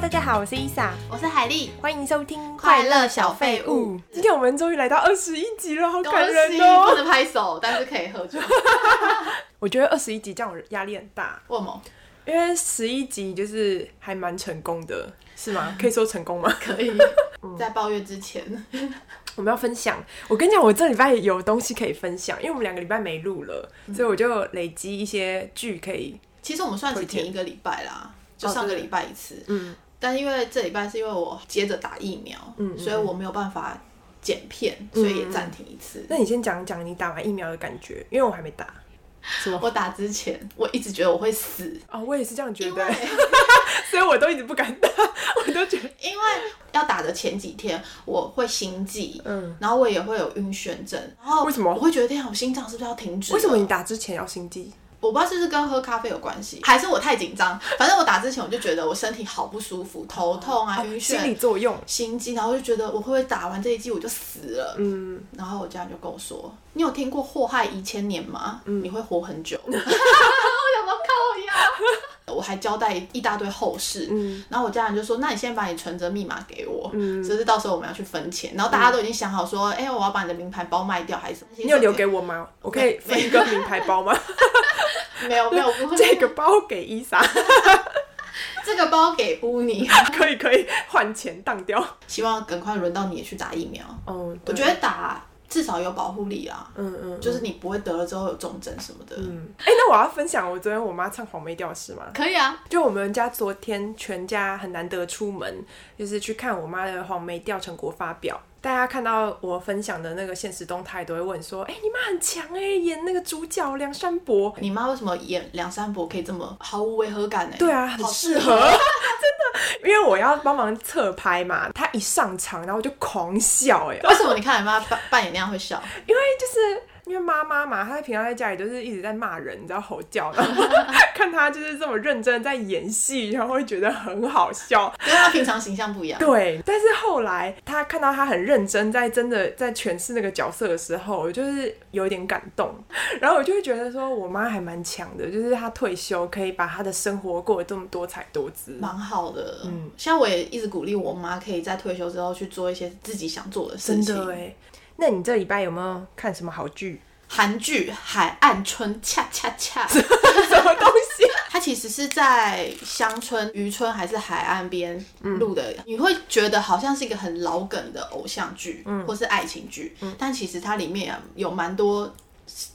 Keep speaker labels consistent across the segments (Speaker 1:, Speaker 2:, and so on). Speaker 1: 大家好，我是伊莎，
Speaker 2: 我是海丽，
Speaker 1: 欢迎收听《
Speaker 2: 快乐小废物》。
Speaker 1: 今天我们终于来到二十一集了，好
Speaker 2: 恭
Speaker 1: 感人
Speaker 2: 喜
Speaker 1: 哦！
Speaker 2: 不能拍手，但是可以喝酒。
Speaker 1: 我觉得二十一集这样我压力很大，
Speaker 2: 为 什么？
Speaker 1: 因为十一集就是还蛮成功的，是 吗？可以说成功吗？
Speaker 2: 可以
Speaker 1: 嗯
Speaker 2: 在抱怨之前，
Speaker 1: 我们要分享。我跟你讲，我这礼拜有东西可以分享，因为我们两个礼拜没录了，
Speaker 2: 嗯
Speaker 1: 所以我就累积一些剧可以。
Speaker 2: 其实我们算是
Speaker 1: 推荐
Speaker 2: 停一个礼拜啦，就
Speaker 1: 哦
Speaker 2: 上个
Speaker 1: 对
Speaker 2: 礼拜一次。
Speaker 1: 嗯，
Speaker 2: 但因为这礼拜是因为我接着打疫苗，
Speaker 1: 嗯嗯
Speaker 2: 所以我没有办法剪片，所以也暂停一次。
Speaker 1: 那你先讲讲你打完疫苗的感觉，因为我还没打。什么？
Speaker 2: 我打之前，我一直觉得我会死，
Speaker 1: 啊、我也是这样觉
Speaker 2: 因
Speaker 1: 得
Speaker 2: 为，
Speaker 1: 所以我都一直不敢打， 我都觉得，
Speaker 2: 因为要打的前几天我会心悸，
Speaker 1: 嗯，
Speaker 2: 然后我也会有晕眩症，然后
Speaker 1: 为什么
Speaker 2: 我会觉得天啊，我心脏是不是要停止了？
Speaker 1: 为什么你打之前要心悸？
Speaker 2: 我不知道是不是跟喝咖啡有关系，还是我太紧张。反正我打之前我就觉得我身体好不舒服，头痛啊、晕
Speaker 1: 哦心理
Speaker 2: 眩、
Speaker 1: 作用。
Speaker 2: 心悸，然后我就觉得我会不会打完这一剂我就死了。
Speaker 1: 嗯，
Speaker 2: 然后我家人就跟我说：“你有听过祸害一千年吗？
Speaker 1: 嗯
Speaker 2: 你会活很 久。”我想说靠呀， 我还交代一大堆后事。
Speaker 1: 嗯
Speaker 2: 然后我家人就说：“那你先把你存折密码给我，
Speaker 1: 嗯
Speaker 2: 就是到时候我们要去分钱。”然后大家都已经想好说：“哎、我要把你的名牌包卖掉还是什么？”
Speaker 1: 你有留给我吗？我可以分一个名牌包 吗？
Speaker 2: 没有？没有，不会
Speaker 1: 这个包给伊莎，
Speaker 2: 这个包给乌尼。
Speaker 1: 可以可以换钱当掉。
Speaker 2: 希望赶快轮到你也去打疫苗。
Speaker 1: 哦，
Speaker 2: 我觉得打至少有保护力啦，
Speaker 1: 嗯嗯，
Speaker 2: 就是你不会得了之后有重症什么的。
Speaker 1: 嗯，哎、那我要分享我昨天我妈唱黄梅调的事吗？
Speaker 2: 可以啊，
Speaker 1: 就我们家昨天全家很难得出门，就是去看我妈的黄梅调成果发表。大家看到我分享的那个现实动态，都会问说：“哎、你妈很强哎、演那个主角梁山伯。
Speaker 2: 你妈为什么演梁山伯可以这么毫无违和感呢、”
Speaker 1: 对啊，很
Speaker 2: 好
Speaker 1: 适
Speaker 2: 适
Speaker 1: 合，
Speaker 2: 合。
Speaker 1: 真的，因为我要帮忙侧拍嘛。她一上场，然后我就狂笑哎、
Speaker 2: 为什么你看你妈扮 扮演那样会笑？
Speaker 1: 因为就是因为妈妈嘛，她平常在家里都是一直在骂人，你知道吼叫，然后 看她就是这么认真在演戏，然后会觉得很好笑。
Speaker 2: 跟她平常形象不一样。
Speaker 1: 对，但是后来她看到她很认真在真的在诠释那个角色的时候，我就是有点感动，然后我就会觉得说我妈还蛮强的，就是她退休可以把她的生活过得这么多彩多姿。
Speaker 2: 蛮好的，嗯，像我也一直鼓励我妈，可以在退休之后去做一些自己想做的事
Speaker 1: 真
Speaker 2: 情。
Speaker 1: 的哎，那你这礼拜有没有看什么好剧？
Speaker 2: 韩剧《海岸村恰恰恰》，
Speaker 1: 什么东西？
Speaker 2: 它其实是在乡村、渔村还是海岸边
Speaker 1: 嗯
Speaker 2: 录的，你会觉得好像是一个很老梗的偶像剧，
Speaker 1: 嗯
Speaker 2: 或是爱情剧，但其实它里面有蛮多。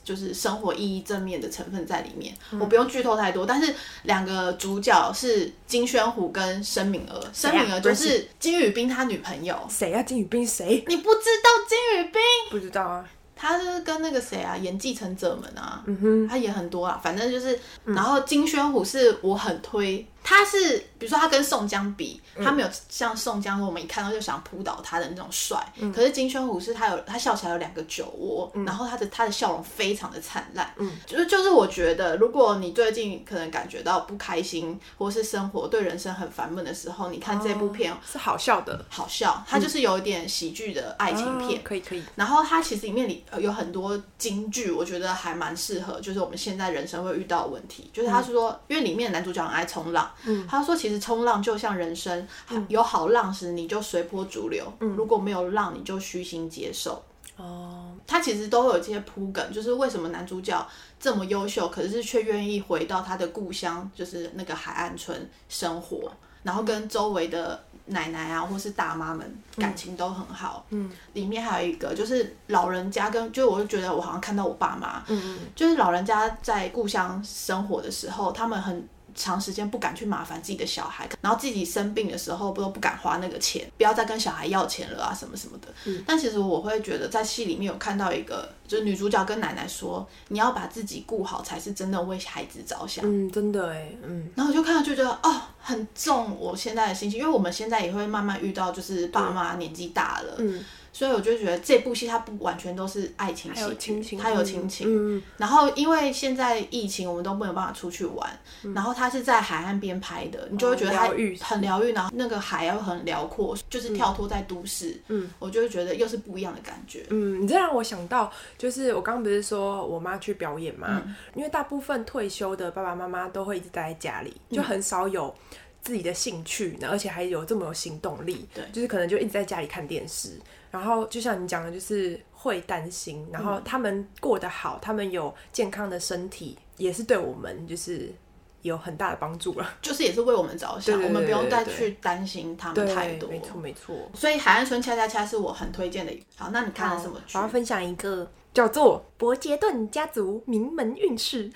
Speaker 2: 就是生活意义正面的成分在里面，
Speaker 1: 嗯
Speaker 2: 我不用剧透太多。但是两个主角是金宣虎跟申敏儿，申敏儿就
Speaker 1: 啊不认
Speaker 2: 是金宇彬他女朋友，
Speaker 1: 谁啊？金宇彬谁？
Speaker 2: 你不知道金宇彬，
Speaker 1: 不知道啊。
Speaker 2: 他就是跟那个谁啊，演继承者们啊，
Speaker 1: 嗯哼。嗯
Speaker 2: 他也很多啦，反正就是，然后金宣虎是我很推，他是比如说他跟宋江比，
Speaker 1: 嗯
Speaker 2: 他没有像宋江我们一看到就想扑倒他的那种帅，
Speaker 1: 嗯
Speaker 2: 可是金宣虎是他有他笑起来有两个酒窝，然后他的他的笑容非常的灿烂，
Speaker 1: 嗯
Speaker 2: 就是就是我觉得如果你最近可能感觉到不开心或是生活对人生很烦闷的时候，你看这部片。
Speaker 1: 哦是好笑的
Speaker 2: 好笑，它就是有一点喜剧的爱情片，
Speaker 1: 啊可以可以。
Speaker 2: 然后它其实里面里呃有很多金句，我觉得还蛮适合，就是我们现在人生会遇到的问题。就是他说，因为里面男主角很爱冲浪，他说其实冲浪就像人生，有好浪时你就随波逐流，如果没有浪你就虚心接受。
Speaker 1: 哦，
Speaker 2: 他其实都会有这些铺梗，就是为什么男主角这么优秀，可是却愿意回到他的故乡，就是那个海岸村生活，然后跟周围的奶奶啊，或是大妈们感情都很好。
Speaker 1: 嗯，
Speaker 2: 里面还有一个就是老人家跟，就我就觉得我好像看到我爸妈，
Speaker 1: 嗯嗯，
Speaker 2: 就是老人家在故乡生活的时候，他们很长时间不敢去麻烦自己的小孩，然后自己生病的时候不都不敢花那个钱，不要再跟小孩要钱了啊，什么什么的。
Speaker 1: 嗯
Speaker 2: 但其实我会觉得，在戏里面有看到一个，就是女主角跟奶奶说，你要把自己顾好，才是真的为孩子着想。
Speaker 1: 嗯，真的哎，嗯，
Speaker 2: 然后我就看到就觉得哦，很重我现在的心情，因为我们现在也会慢慢遇到，就是爸妈年纪大了，
Speaker 1: 嗯，
Speaker 2: 所以我就觉得这部戏它不完全都是爱情
Speaker 1: 还
Speaker 2: 戏
Speaker 1: 有亲
Speaker 2: 剧，
Speaker 1: 情，
Speaker 2: 它有亲情，
Speaker 1: 嗯，嗯
Speaker 2: 然后因为现在疫情，我们都没有办法出去玩，然后它是在海岸边拍的，你就会觉得它
Speaker 1: 嗯哦疗愈
Speaker 2: 很疗愈，然后那个海又很辽阔，就是跳脱在都市，
Speaker 1: 嗯，
Speaker 2: 我就会觉得又是不一样的感觉。
Speaker 1: 嗯，你这让我想到，就是我刚刚不是说我妈去表嗯演嘛，因为大部分退休的爸爸妈妈都会一直待在家里，就很少有自己的兴趣呢，而且还有这么有行动力，
Speaker 2: 对
Speaker 1: 就是可能就一直在家里看电视，然后就像你讲的，就是会担心，然后他们过得好，他们有健康的身体，也是对我们就是有很大的帮助了。
Speaker 2: 就是也是为我们着
Speaker 1: 对
Speaker 2: 想，
Speaker 1: 对
Speaker 2: 我们不用再
Speaker 1: 对对
Speaker 2: 去担心他们太多。
Speaker 1: 嗯没错没错。
Speaker 2: 所以《海岸村恰恰恰》是我很推荐的一。好，那你看了什么剧
Speaker 1: 我？要分享一个叫做《伯杰顿家族名门运势》，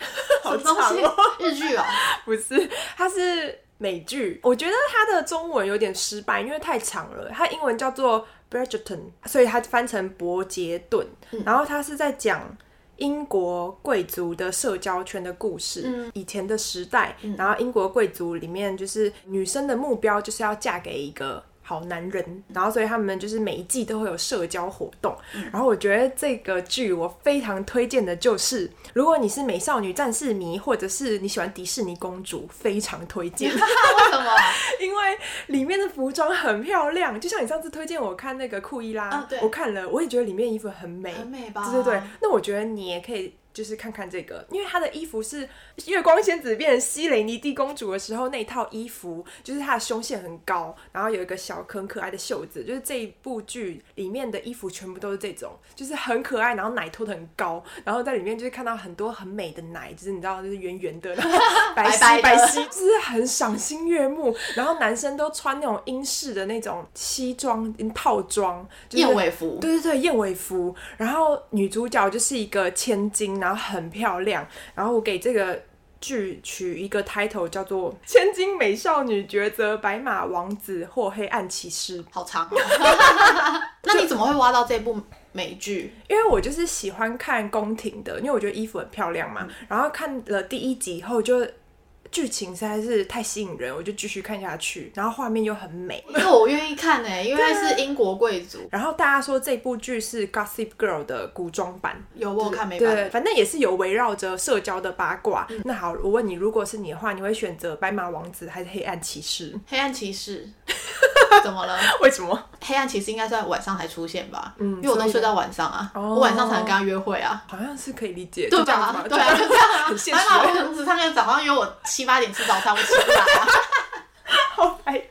Speaker 1: 好
Speaker 2: 什么东
Speaker 1: 长
Speaker 2: 西
Speaker 1: 哦。？
Speaker 2: 日剧哦，
Speaker 1: 不是，它是美剧。我觉得它的中文有点失败，因为太长了。它英文叫做 Bridgerton，所以它翻成伯杰顿。然后它是在讲。英国贵族的社交圈的故事，
Speaker 2: 嗯
Speaker 1: 以前的时代，然后英国贵族里面就是女生的目标就是要嫁给一个好男人，然后所以他们就是每一季都会有社交活动。
Speaker 2: 嗯
Speaker 1: 然后我觉得这个剧我非常推荐的就是，如果你是美少女战士迷，或者是你喜欢迪士尼公主，非常推 荐，
Speaker 2: 为什么？
Speaker 1: 因为里面的服装很漂亮。就像你上次推荐我看那个库伊拉，
Speaker 2: 啊对
Speaker 1: 我看了，我也觉得里面衣服很美，
Speaker 2: 很美吧？
Speaker 1: 对对对，那我觉得你也可以就是看看这个，因为她的衣服是月光仙子变成西雷尼蒂公主的时候那一套衣服，就是她的胸线很高，然后有一个小很可爱的袖子，就是这一部剧里面的衣服全部都是这种，就是很可爱，然后奶托的很高，然后在里面就是看到很多很美的奶，就是你知道就是圆圆的，然后白 皙
Speaker 2: 白白
Speaker 1: 白
Speaker 2: 的
Speaker 1: 皙，就是很赏心悦目。然后男生都穿那种英式的那种西装套装，就是
Speaker 2: 燕尾服。
Speaker 1: 对对对，燕尾服。然后女主角就是一个千金，然后很漂亮。然后我给这个剧取一个 title 叫做《千金美少女抉择白马王子或黑暗骑士》，
Speaker 2: 好长、哦。 那你怎么会挖到这部美剧？
Speaker 1: 因为我就是喜欢看宫廷的，因为我觉得衣服很漂亮嘛。然后看了第一集以后就。剧情实在是太吸引人，我就继续看下去，然后画面又很美，
Speaker 2: 因为我愿意看呢、因为是英国贵族，
Speaker 1: 然后大家说这部剧是《Gossip Girl》的古装版，
Speaker 2: 有我有看美版
Speaker 1: 对，反正也是有围绕着社交的八卦。
Speaker 2: 嗯
Speaker 1: 那好，我问你，如果是你的话，你会选择白马王子还是黑暗骑 士？
Speaker 2: 黑暗骑士》怎么了？
Speaker 1: 为什么？
Speaker 2: 黑暗骑士应该在晚上才出现吧？
Speaker 1: 嗯
Speaker 2: 因为我都
Speaker 1: 所以
Speaker 2: 睡到晚上啊，
Speaker 1: 哦
Speaker 2: 我晚上才能跟他约会啊。
Speaker 1: 好像是可以理解，
Speaker 2: 对
Speaker 1: 就这样子
Speaker 2: 吧
Speaker 1: 嘛？
Speaker 2: 对啊，就这样 啊。
Speaker 1: 很现
Speaker 2: 白
Speaker 1: 实
Speaker 2: 马王子他那个早上约我七八点吃早餐，我起不来啊。
Speaker 1: 好白痴。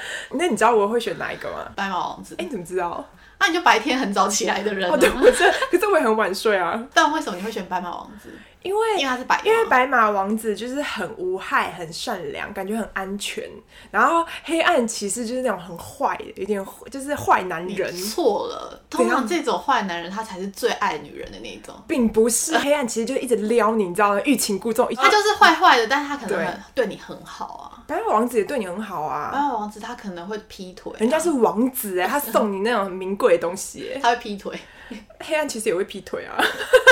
Speaker 1: 那你知道我会选哪一个吗？
Speaker 2: 白马王子
Speaker 1: 哎、，你怎么知道？
Speaker 2: 那你就白天很早起来的人
Speaker 1: 哦，对，
Speaker 2: 啊。
Speaker 1: 我这可是我也很晚睡啊，
Speaker 2: 但为什么你会选白马王子？
Speaker 1: 因为
Speaker 2: 因为他是白马，
Speaker 1: 因为白马王子就是很无害、很善良，感觉很安全。然后黑暗骑士就是那种很坏的，有点就是坏男人。
Speaker 2: 错了，通
Speaker 1: 怎
Speaker 2: 常
Speaker 1: 样
Speaker 2: 这种坏男人他才是最爱女人的那一种。
Speaker 1: 并不是黑暗，骑士就一直撩你，你知道吗？欲擒故纵。
Speaker 2: 他就是坏坏的，但是他可能
Speaker 1: 对
Speaker 2: 很对你很好
Speaker 1: 白马王子也对你很好
Speaker 2: 啊。
Speaker 1: 啊
Speaker 2: 白，马王子他可能会劈腿啊、
Speaker 1: 人家是王子 哎、他送你那种很名贵的东西、哎
Speaker 2: 他会劈腿，
Speaker 1: 黑暗其实也会劈腿啊。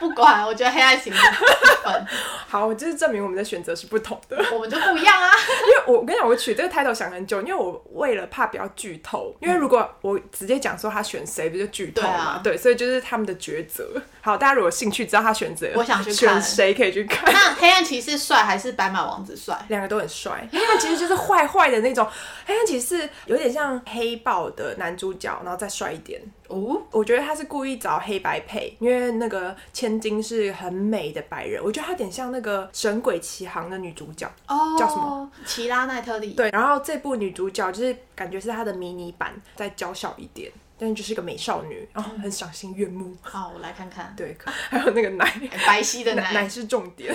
Speaker 2: 不管，我觉得黑暗型分，
Speaker 1: 好，就是证明我们的选择是不同的。
Speaker 2: 我们就不一样啊。
Speaker 1: 因为我我跟你讲，我取这个 title 想很久，因为我为了怕不要剧透，因为如果我直接讲说他选谁，不就剧透嘛？
Speaker 2: 对
Speaker 1: 对，
Speaker 2: 啊
Speaker 1: 所以就是他们的抉择。好，大家如果有兴趣知道他选择，
Speaker 2: 我想去看
Speaker 1: 选谁可以去看。
Speaker 2: 那黑暗骑士帅还是白马王子帅？
Speaker 1: 两个都很帅，黑暗骑士就是坏坏的那种，黑暗骑士有点像黑豹的男主角，然后再帅一点。
Speaker 2: 哦，
Speaker 1: 我觉得他是故意找黑白配，因为那个千金是很美的白人，我觉得他有点像那个《神鬼奇航》的女主角。
Speaker 2: 哦，
Speaker 1: 叫什么？
Speaker 2: 奇拉奈特利。，
Speaker 1: 对，然后这部女主角就是感觉是她的迷你版，再娇小一点，但是就是个美少女，然后很赏心悦目。
Speaker 2: 好，我来看 看。
Speaker 1: 对，可还有那个奶，
Speaker 2: 哎白皙 的
Speaker 1: 奶奶
Speaker 2: 奶，
Speaker 1: 是重 点。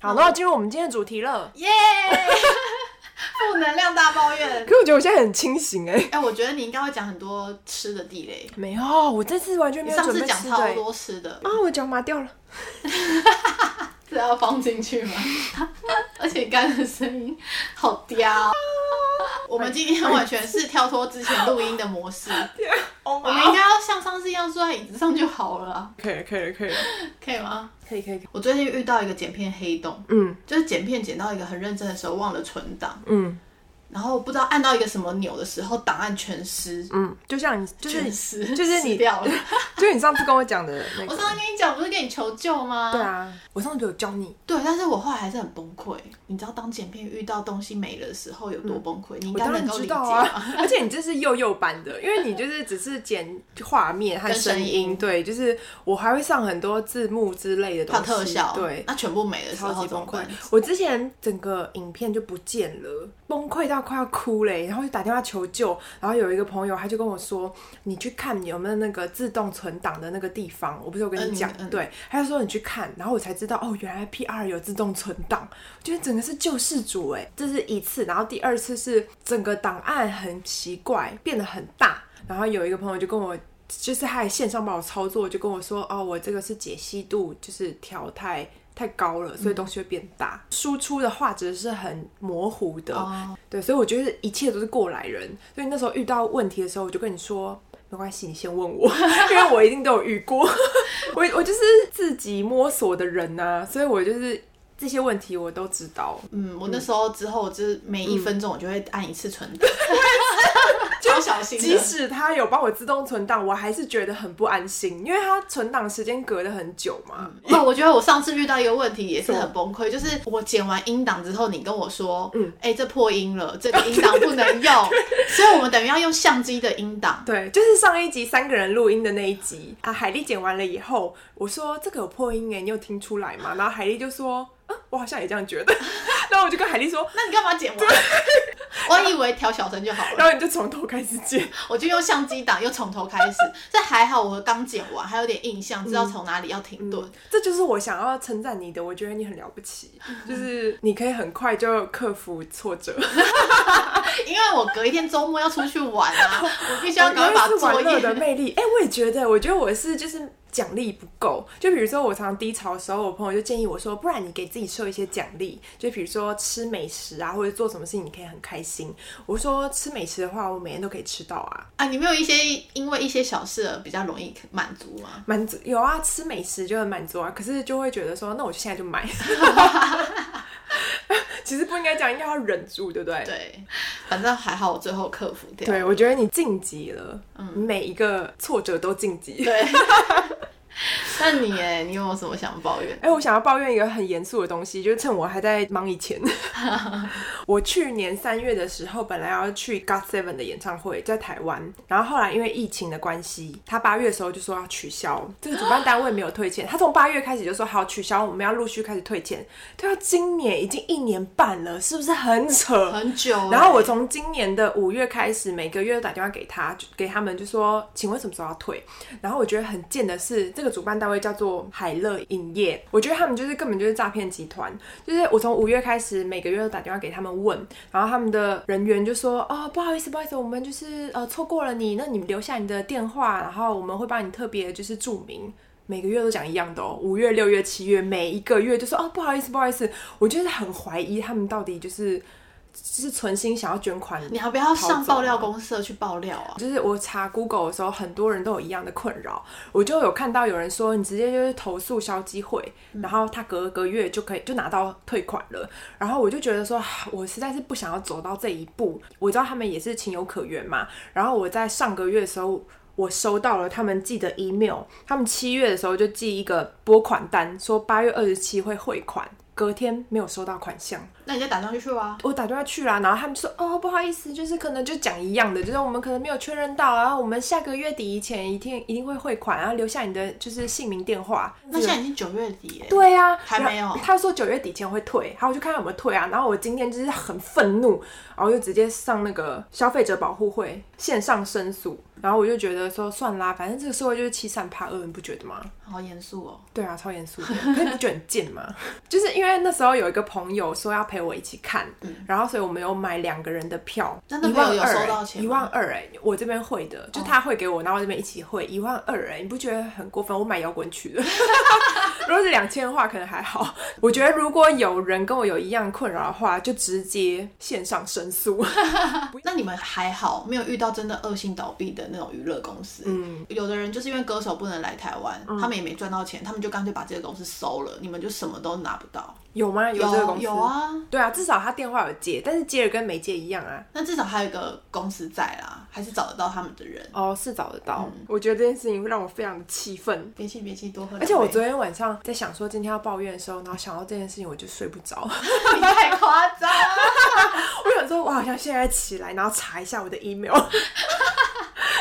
Speaker 1: 好，那进入我们今天的主题了。
Speaker 2: 耶！ 负能量大抱怨。
Speaker 1: 可我觉得我现在很清醒哎、
Speaker 2: 哎、我觉得你应该会讲很多吃的地雷。
Speaker 1: 没有，我这次完全
Speaker 2: 你
Speaker 1: 没有
Speaker 2: 上
Speaker 1: 准
Speaker 2: 次
Speaker 1: 备
Speaker 2: 讲
Speaker 1: 吃的
Speaker 2: 超
Speaker 1: 欸、
Speaker 2: 多吃的，
Speaker 1: 啊，我脚麻掉了。
Speaker 2: 是要放进去吗？ 而且干的声音好嗲、哦。我们今天完全是跳脱之前录音的模 式，
Speaker 1: 哦
Speaker 2: 我们应该要像上次一样坐在椅子上就好了啊，
Speaker 1: 可以，可以，可以，
Speaker 2: 可以吗？
Speaker 1: 可以，可以，
Speaker 2: 我最近遇到一个剪片黑洞，
Speaker 1: 嗯
Speaker 2: 就是剪片剪到一个很认真的时候忘了存档，
Speaker 1: 嗯
Speaker 2: 然后不知道按到一个什么钮的时候档案全失，
Speaker 1: 嗯，就像你，就是
Speaker 2: 全
Speaker 1: 你
Speaker 2: 失，
Speaker 1: 就是你
Speaker 2: 死掉了。
Speaker 1: 就是你上次跟我讲的那
Speaker 2: 我
Speaker 1: 个，
Speaker 2: 上次跟你讲，不是跟你求救吗？
Speaker 1: 对啊，我上次有教你，
Speaker 2: 对，但是我后来还是很崩溃。你知道当剪片遇到东西没了的时候有多崩溃？你应
Speaker 1: 我
Speaker 2: 该
Speaker 1: 当
Speaker 2: 能
Speaker 1: 然
Speaker 2: 够
Speaker 1: 知
Speaker 2: 理解
Speaker 1: 道
Speaker 2: 吧？
Speaker 1: 啊，而且你这是幼幼班的，因为你就是只是剪画面和
Speaker 2: 跟声
Speaker 1: 声
Speaker 2: 音
Speaker 1: 音，对，就是我还会上很多字幕之类的
Speaker 2: 还
Speaker 1: 东
Speaker 2: 有
Speaker 1: 西，
Speaker 2: 特效，
Speaker 1: 对，
Speaker 2: 那全部没的时
Speaker 1: 超
Speaker 2: 候
Speaker 1: 级
Speaker 2: 怎
Speaker 1: 崩溃
Speaker 2: 么办？。
Speaker 1: 我 之前整个影片就不见了，崩溃到快要哭嘞、然后就打电话求救，然后有一个朋友他就跟我说，你去看有没有那个自动存档的那个地方，我不是有跟你讲，
Speaker 2: 嗯嗯
Speaker 1: 对，他就说你去看，然后我才知道哦，原来 P R 有自动存档，我觉得整个是救世主哎、这是一次，然后第二次是整个档案很奇怪，变得很大，然后有一个朋友就跟我。就是他还线上帮我操作，就跟我说哦，我这个是解析度，就是调太太高了，所以东西会变大，输出的画质是很模糊的。
Speaker 2: 哦，
Speaker 1: 对，所以我觉得一切都是过来人。所以那时候遇到问题的时候，我就跟你说，没关系，你先问我， 因为我一定都有遇过。 我我就是自己摸索的人呐、所以我就是这些问题我都知道。
Speaker 2: 嗯，我那时候之后就是每一分钟我就会按一次存档，
Speaker 1: 嗯
Speaker 2: 超小心
Speaker 1: 即
Speaker 2: 的。
Speaker 1: 使它有帮我自动存档，我还是觉得很不安心，因为它存档时间隔得很久嘛。
Speaker 2: 哦，我觉得我上次遇到一个问题也是
Speaker 1: 什么
Speaker 2: 很崩溃，就是我剪完音档之后，你跟我说，嗯
Speaker 1: 嗯，
Speaker 2: 哎、这破音了，这个音档不能用， 所以我们等于要用相机的音档。
Speaker 1: 对，就是上一集三个人录音的那一集啊，海丽剪完了以后，我说这个有破音哎，你有听出来吗？然后海丽就说，嗯，我好像也这样觉得。 然后我就跟海丽说，
Speaker 2: 那你干 嘛剪完？我以为调小声就好了，
Speaker 1: 然后你就从头开始剪。
Speaker 2: 我就用相机档又从头开始。这还好，我刚剪完，还有点印象，知
Speaker 1: 嗯
Speaker 2: 道从哪里要停顿。
Speaker 1: 这就是我想要称赞你的，我觉得你很了不起，就是你可以很快就克服挫折，
Speaker 2: 因为我隔一天周末要出去玩 啊，我必须要
Speaker 1: 然
Speaker 2: 赶
Speaker 1: 后
Speaker 2: 快把
Speaker 1: 是
Speaker 2: 作
Speaker 1: 玩乐的
Speaker 2: 业。
Speaker 1: 魅力。哎、我也觉得，我觉得我是就是奖励不够，就比如说我常常低潮的时候，我朋友就建议我说，不然你给自己设一些奖励，就比如说吃美食啊，或者做什么事情你可以很开心。我说吃美食的话，我每天都可以吃到啊，
Speaker 2: 啊，你没有一些因为一些小事而比较容易满足吗？
Speaker 1: 满足有啊，吃美食就很满足啊，可是就会觉得说，那我就现在就买。 其实不应该讲，应该要忍住，对不对？
Speaker 2: 对，啊反正还好，我最后克服掉。
Speaker 1: 对，我觉得你晋级了，
Speaker 2: 嗯
Speaker 1: 你每一个挫折都晋级。
Speaker 2: 对。那你哎，你有没有什么想 抱怨？
Speaker 1: 哎、我想要抱怨一个很严肃的东西，就是趁我还在忙以前， 我去年三月的时候，本来要去 God Seven 的演唱会，在台湾，然后后来因为疫情的关系，他八月的时候就说要取消，这个主办单位没有退钱，他从八月开始就说好取消，我们要陆续开始退钱，退到今年已经一年半了，是不是很扯？
Speaker 2: 很久欸、
Speaker 1: 然后我从今年的五月开始，每个月都打电话给他，就给他们就说，请问什么时候要退？然后我觉得很贱的是，这个主办单位叫做海乐影业，我觉得他们就是根本就是诈骗集团。就是我从五月开始，每个月都打电话给他们问，然后他们的人员就说，哦，不好意思，不好意思，我们就是呃错过了你，那你留下你的电话，然后我们会帮你特别就是注明。每个月都讲一样的哦，五月、六月、七月，每一个月就说哦，不好意思，不好意思，我就是很怀疑他们到底就是就是存心想要捐款。
Speaker 2: 你要不要上
Speaker 1: 逃走
Speaker 2: 爆料公社去爆料啊？
Speaker 1: 就是我查 Google 的时候，很多人都有一样的困扰。我就有看到有人说，你直接就是投诉消基会，然后他隔个月就可以就拿到退款了。然后我就觉得说，啊我实在是不想要走到这一步。我知道他们也是情有可原嘛。然后我在上个月的时候。我收到了他们寄的 email，他们七月的时候就寄一个拨款单，说八月二十七会汇款，隔天没有收到款项，
Speaker 2: 那你再打上去啊。
Speaker 1: 我打电话去啦，然后他们就说哦，不好意思，就是可能就讲一样的，就是我们可能没有确认到，然后我们下个月底以前一定一定会汇款，啊然后留下你的就是姓名电话。
Speaker 2: 那现在已经九月底耶，
Speaker 1: 对啊，
Speaker 2: 还没有
Speaker 1: 然后他说九月底前会退，然后我就看他有没有退啊。然后我今天就是很愤怒，然后就直接上那个消费者保护会线上申诉。然后我就觉得说算啦，反正这个社会就是欺善怕恶，你不觉得吗？
Speaker 2: 好严肃哦。
Speaker 1: 对啊，超严肃的。可是你不觉得很贱吗？ 就是因为那时候有一个朋友说要陪我一起看，
Speaker 2: 嗯
Speaker 1: 然后所以我们有买两个人的票，
Speaker 2: 那那
Speaker 1: 一
Speaker 2: 朋友
Speaker 1: 万
Speaker 2: 有
Speaker 1: 二
Speaker 2: 收
Speaker 1: 欸
Speaker 2: 到钱
Speaker 1: 一
Speaker 2: 吗哦
Speaker 1: 万二哎，我这边汇的，就他汇给我，然后我这边一起汇一万二哎，你不觉得很过分？我买摇滚曲 的，如果是两千的话可能还好。我觉得如果有人跟我有一样困扰的话，就直接线上申诉。
Speaker 2: 那你们还好，没有遇到真的恶性倒闭的的那种娱乐公司。
Speaker 1: 嗯，
Speaker 2: 有的人就是因为歌手不能来台湾，他们也没赚到钱，他们就干脆把这个公司收了，你们就什么都拿不到。
Speaker 1: 有吗？有
Speaker 2: 有
Speaker 1: 这个公司？
Speaker 2: 有。啊，
Speaker 1: 对啊，至少他电话有接，但是接了跟没接一样啊。
Speaker 2: 那至少还有一个公司在啦，还是找得到他们的人。
Speaker 1: 哦，是找得到。
Speaker 2: 嗯
Speaker 1: 我觉得这件事情让我非常的气愤。
Speaker 2: 别气别气，多喝两
Speaker 1: 而
Speaker 2: 杯。
Speaker 1: 且我昨天晚上在想说今天要抱怨的时候，然后想到这件事情我就睡不着。
Speaker 2: 你太夸张了。
Speaker 1: 我想说，我好像现在起来，然后查一下我的 email，